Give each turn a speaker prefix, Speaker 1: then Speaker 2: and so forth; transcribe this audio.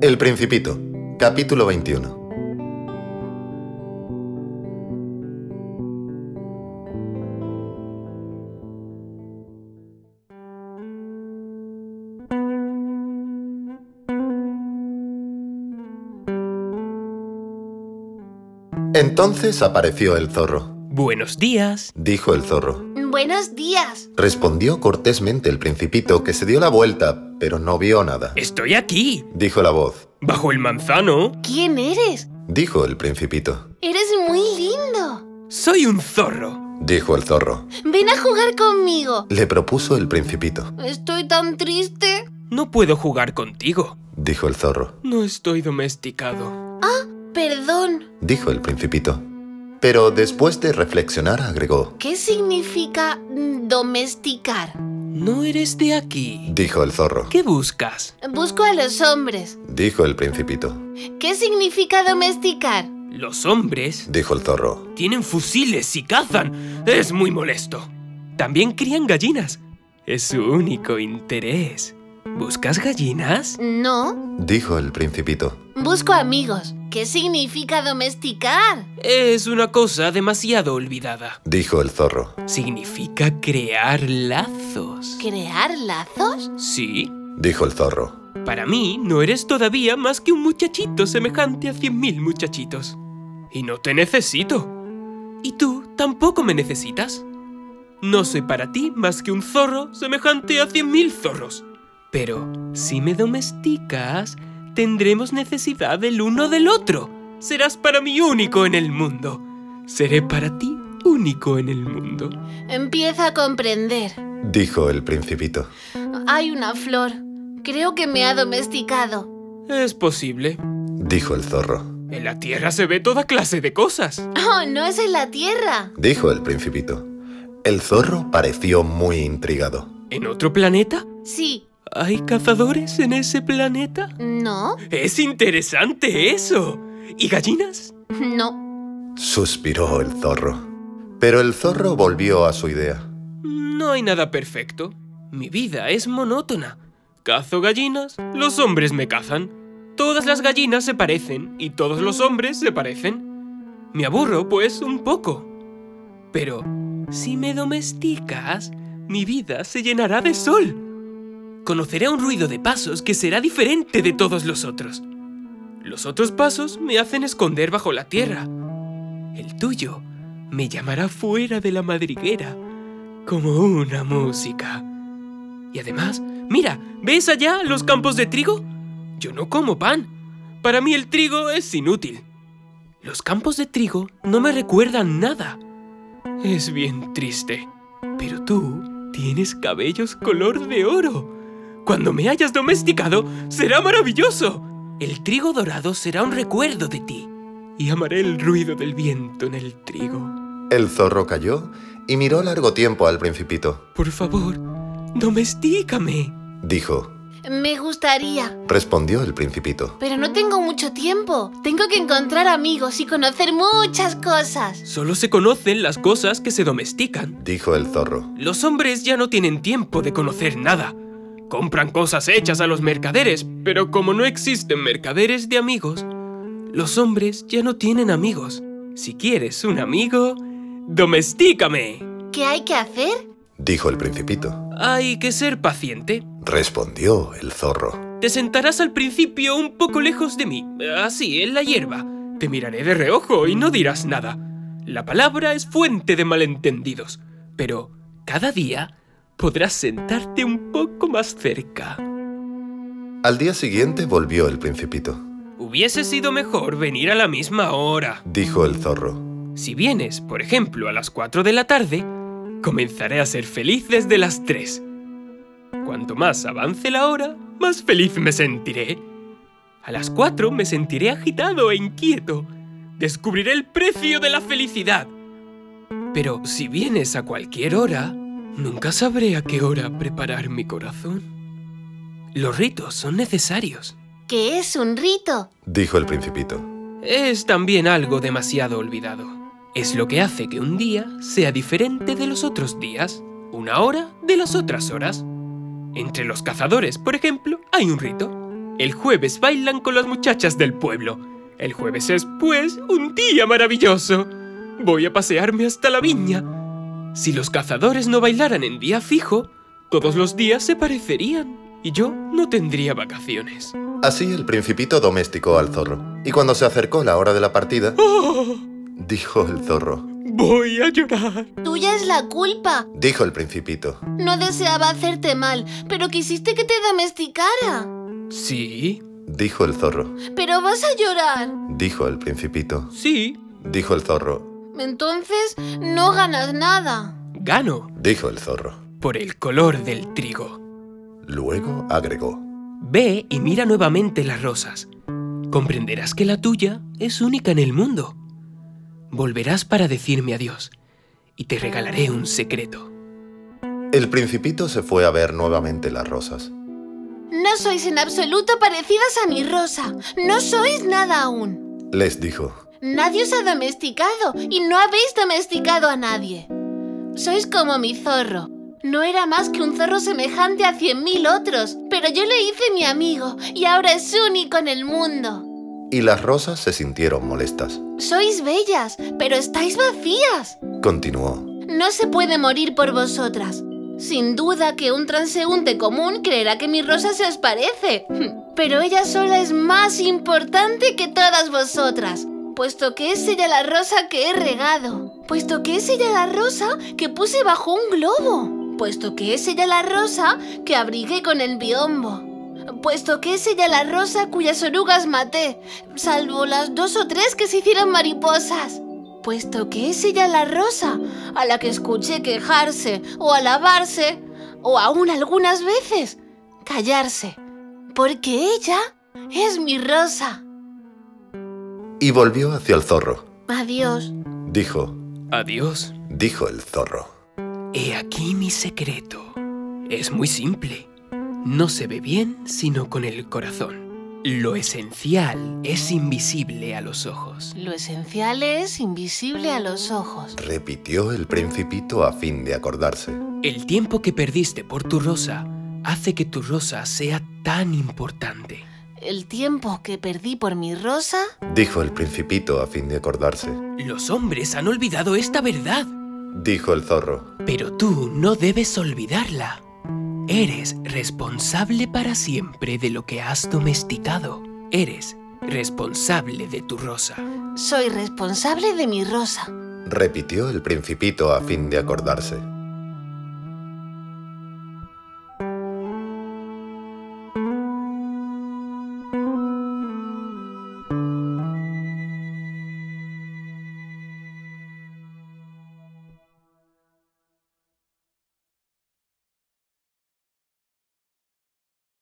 Speaker 1: El Principito, capítulo 21. Entonces apareció el zorro.
Speaker 2: Buenos días.
Speaker 1: Dijo el zorro.
Speaker 3: Buenos días.
Speaker 1: Respondió cortésmente el principito, que se dio la vuelta, pero no vio nada.
Speaker 2: Estoy aquí,
Speaker 1: Dijo la voz.
Speaker 2: bajo el manzano.
Speaker 3: ¿Quién eres?
Speaker 1: Dijo el principito.
Speaker 3: Eres muy lindo.
Speaker 2: Soy un zorro.
Speaker 1: Dijo el zorro.
Speaker 3: Ven a jugar conmigo.
Speaker 1: Le propuso el principito.
Speaker 3: Estoy tan triste.
Speaker 2: No puedo jugar contigo.
Speaker 1: Dijo el zorro.
Speaker 2: No estoy domesticado.
Speaker 3: Perdón.
Speaker 1: Dijo el principito. Pero después de reflexionar agregó.
Speaker 3: ¿Qué significa mm, domesticar?
Speaker 2: No eres de aquí.
Speaker 1: Dijo el zorro.
Speaker 2: ¿Qué buscas?
Speaker 3: Busco a los hombres.
Speaker 1: Dijo el principito.
Speaker 3: ¿Qué significa domesticar?
Speaker 2: Los hombres
Speaker 1: Dijo el zorro.
Speaker 2: tienen fusiles y cazan. Es muy molesto. También crían gallinas. Es su único interés. ¿Buscas gallinas?
Speaker 3: No.
Speaker 1: Dijo el principito.
Speaker 3: Busco amigos. ¿Qué significa domesticar?
Speaker 2: Es una cosa demasiado olvidada.
Speaker 1: Dijo el zorro.
Speaker 2: Significa crear lazos.
Speaker 3: ¿Crear lazos?
Speaker 2: Sí,
Speaker 1: Dijo el zorro.
Speaker 2: Para mí, no eres todavía más que un muchachito semejante a cien mil muchachitos. Y no te necesito. Y tú tampoco me necesitas. No soy para ti más que un zorro semejante a cien mil zorros. Pero si me domesticas, tendremos necesidad del uno del otro. Serás para mí único en el mundo. Seré para ti único en el mundo.
Speaker 3: Empieza a comprender.
Speaker 1: Dijo el principito.
Speaker 3: Hay una flor. Creo que me ha domesticado.
Speaker 2: Es posible.
Speaker 1: Dijo el zorro.
Speaker 2: En la tierra se ve toda clase de cosas.
Speaker 3: Oh, no es en la tierra.
Speaker 1: Dijo el principito. El zorro pareció muy intrigado.
Speaker 2: ¿En otro planeta?
Speaker 3: Sí.
Speaker 2: ¿Hay cazadores en ese planeta?
Speaker 3: ¿No?
Speaker 2: Es interesante eso. ¿Y gallinas?
Speaker 3: No.
Speaker 1: Suspiró el zorro. Pero el zorro volvió a su idea.
Speaker 2: No hay nada perfecto. Mi vida es monótona. Cazo gallinas, los hombres me cazan. Todas las gallinas se parecen y todos los hombres se parecen. Me aburro, pues, un poco. Pero, si me domesticas, mi vida se llenará de sol. Conoceré un ruido de pasos que será diferente de todos los otros. Los otros pasos me hacen esconder bajo la tierra. El tuyo me llamará fuera de la madriguera, como una música. Y además, mira, ¿ves allá los campos de trigo? Yo no como pan. Para mí el trigo es inútil. Los campos de trigo no me recuerdan nada. Es bien triste. Pero tú tienes cabellos color de oro. Cuando me hayas domesticado, será maravilloso. El trigo dorado será un recuerdo de ti. Y amaré el ruido del viento en el trigo.
Speaker 1: El zorro calló y miró largo tiempo al principito.
Speaker 2: Por favor, domestícame.
Speaker 1: Dijo.
Speaker 3: Me gustaría,
Speaker 1: Respondió el principito.
Speaker 3: pero no tengo mucho tiempo. Tengo que encontrar amigos y conocer muchas cosas.
Speaker 2: Solo se conocen las cosas que se domestican.
Speaker 1: Dijo el zorro.
Speaker 2: Los hombres ya no tienen tiempo de conocer nada. Compran cosas hechas a los mercaderes, pero como no existen mercaderes de amigos, los hombres ya no tienen amigos. Si quieres un amigo, domestícame.
Speaker 3: ¿Qué hay que hacer?
Speaker 1: Dijo el principito.
Speaker 2: Hay que ser paciente.
Speaker 1: Respondió el zorro.
Speaker 2: Te sentarás al principio un poco lejos de mí, así, en la hierba. Te miraré de reojo y no dirás nada. La palabra es fuente de malentendidos, pero cada día podrás sentarte un poco más cerca.
Speaker 1: Al día siguiente volvió el principito.
Speaker 2: Hubiese sido mejor venir a la misma hora.
Speaker 1: Dijo el zorro.
Speaker 2: Si vienes, por ejemplo, a las 4 de la tarde, comenzaré a ser feliz desde las 3. Cuanto más avance la hora, más feliz me sentiré. A las 4 me sentiré agitado e inquieto. Descubriré el precio de la felicidad. Pero si vienes a cualquier hora, nunca sabré a qué hora preparar mi corazón. Los ritos son necesarios.
Speaker 3: ¿Qué es un rito?
Speaker 1: Dijo el principito.
Speaker 2: Es también algo demasiado olvidado. Es lo que hace que un día sea diferente de los otros días, una hora de las otras horas. Entre los cazadores, por ejemplo, hay un rito. El jueves bailan con las muchachas del pueblo. El jueves es, pues, un día maravilloso. Voy a pasearme hasta la viña. Si los cazadores no bailaran en día fijo, todos los días se parecerían y yo no tendría vacaciones.
Speaker 1: Así el principito domesticó al zorro. Y cuando se acercó la hora de la partida,
Speaker 2: ¡Oh!
Speaker 1: dijo el zorro.
Speaker 2: Voy a llorar.
Speaker 3: Tuya es la culpa.
Speaker 1: Dijo el principito.
Speaker 3: No deseaba hacerte mal, pero quisiste que te domesticara.
Speaker 2: Sí,
Speaker 1: Dijo el zorro.
Speaker 3: Pero vas a llorar.
Speaker 1: Dijo el principito.
Speaker 2: sí,
Speaker 1: Dijo el zorro.
Speaker 3: Entonces no ganas nada.
Speaker 2: gano
Speaker 1: Dijo el zorro.
Speaker 2: por el color del trigo.
Speaker 1: Luego agregó.
Speaker 2: Ve y mira nuevamente las rosas. Comprenderás que la tuya es única en el mundo. Volverás para decirme adiós y te regalaré un secreto.
Speaker 1: El principito se fue a ver nuevamente las rosas.
Speaker 3: No sois en absoluto parecidas a mi rosa. No sois nada aún.
Speaker 1: Les dijo.
Speaker 3: Nadie os ha domesticado y no habéis domesticado a nadie. Sois como mi zorro. No era más que un zorro semejante a cien mil otros, pero yo le hice mi amigo y ahora es único en el mundo.
Speaker 1: Y las rosas se sintieron molestas.
Speaker 3: Sois bellas, pero estáis vacías.
Speaker 1: Continuó.
Speaker 3: No se puede morir por vosotras. Sin duda que un transeúnte común creerá que mi rosa se os parece, pero ella sola es más importante que todas vosotras, puesto que es ella la rosa que he regado, puesto que es ella la rosa que puse bajo un globo, puesto que es ella la rosa que abrigué con el biombo, puesto que es ella la rosa cuyas orugas maté, salvo las dos o tres que se hicieron mariposas puesto que es ella la rosa a la que escuché quejarse o alabarse o aún algunas veces callarse, porque ella es mi rosa.
Speaker 1: Y volvió hacia el zorro.
Speaker 3: Adiós.
Speaker 1: Dijo.
Speaker 2: Adiós.
Speaker 1: Dijo el zorro.
Speaker 2: He aquí mi secreto. Es muy simple. No se ve bien sino con el corazón. Lo esencial es invisible a los ojos.
Speaker 3: Lo esencial es invisible a los ojos.
Speaker 1: Repitió el principito a fin de acordarse.
Speaker 2: El tiempo que perdiste por tu rosa hace que tu rosa sea tan importante.
Speaker 3: El tiempo que perdí por mi rosa,
Speaker 1: Dijo el principito a fin de acordarse.
Speaker 2: Los hombres han olvidado esta verdad,
Speaker 1: Dijo el zorro.
Speaker 2: pero tú no debes olvidarla. Eres responsable para siempre de lo que has domesticado. Eres responsable de tu rosa.
Speaker 3: soy responsable de mi rosa.
Speaker 1: Repitió el principito a fin de acordarse.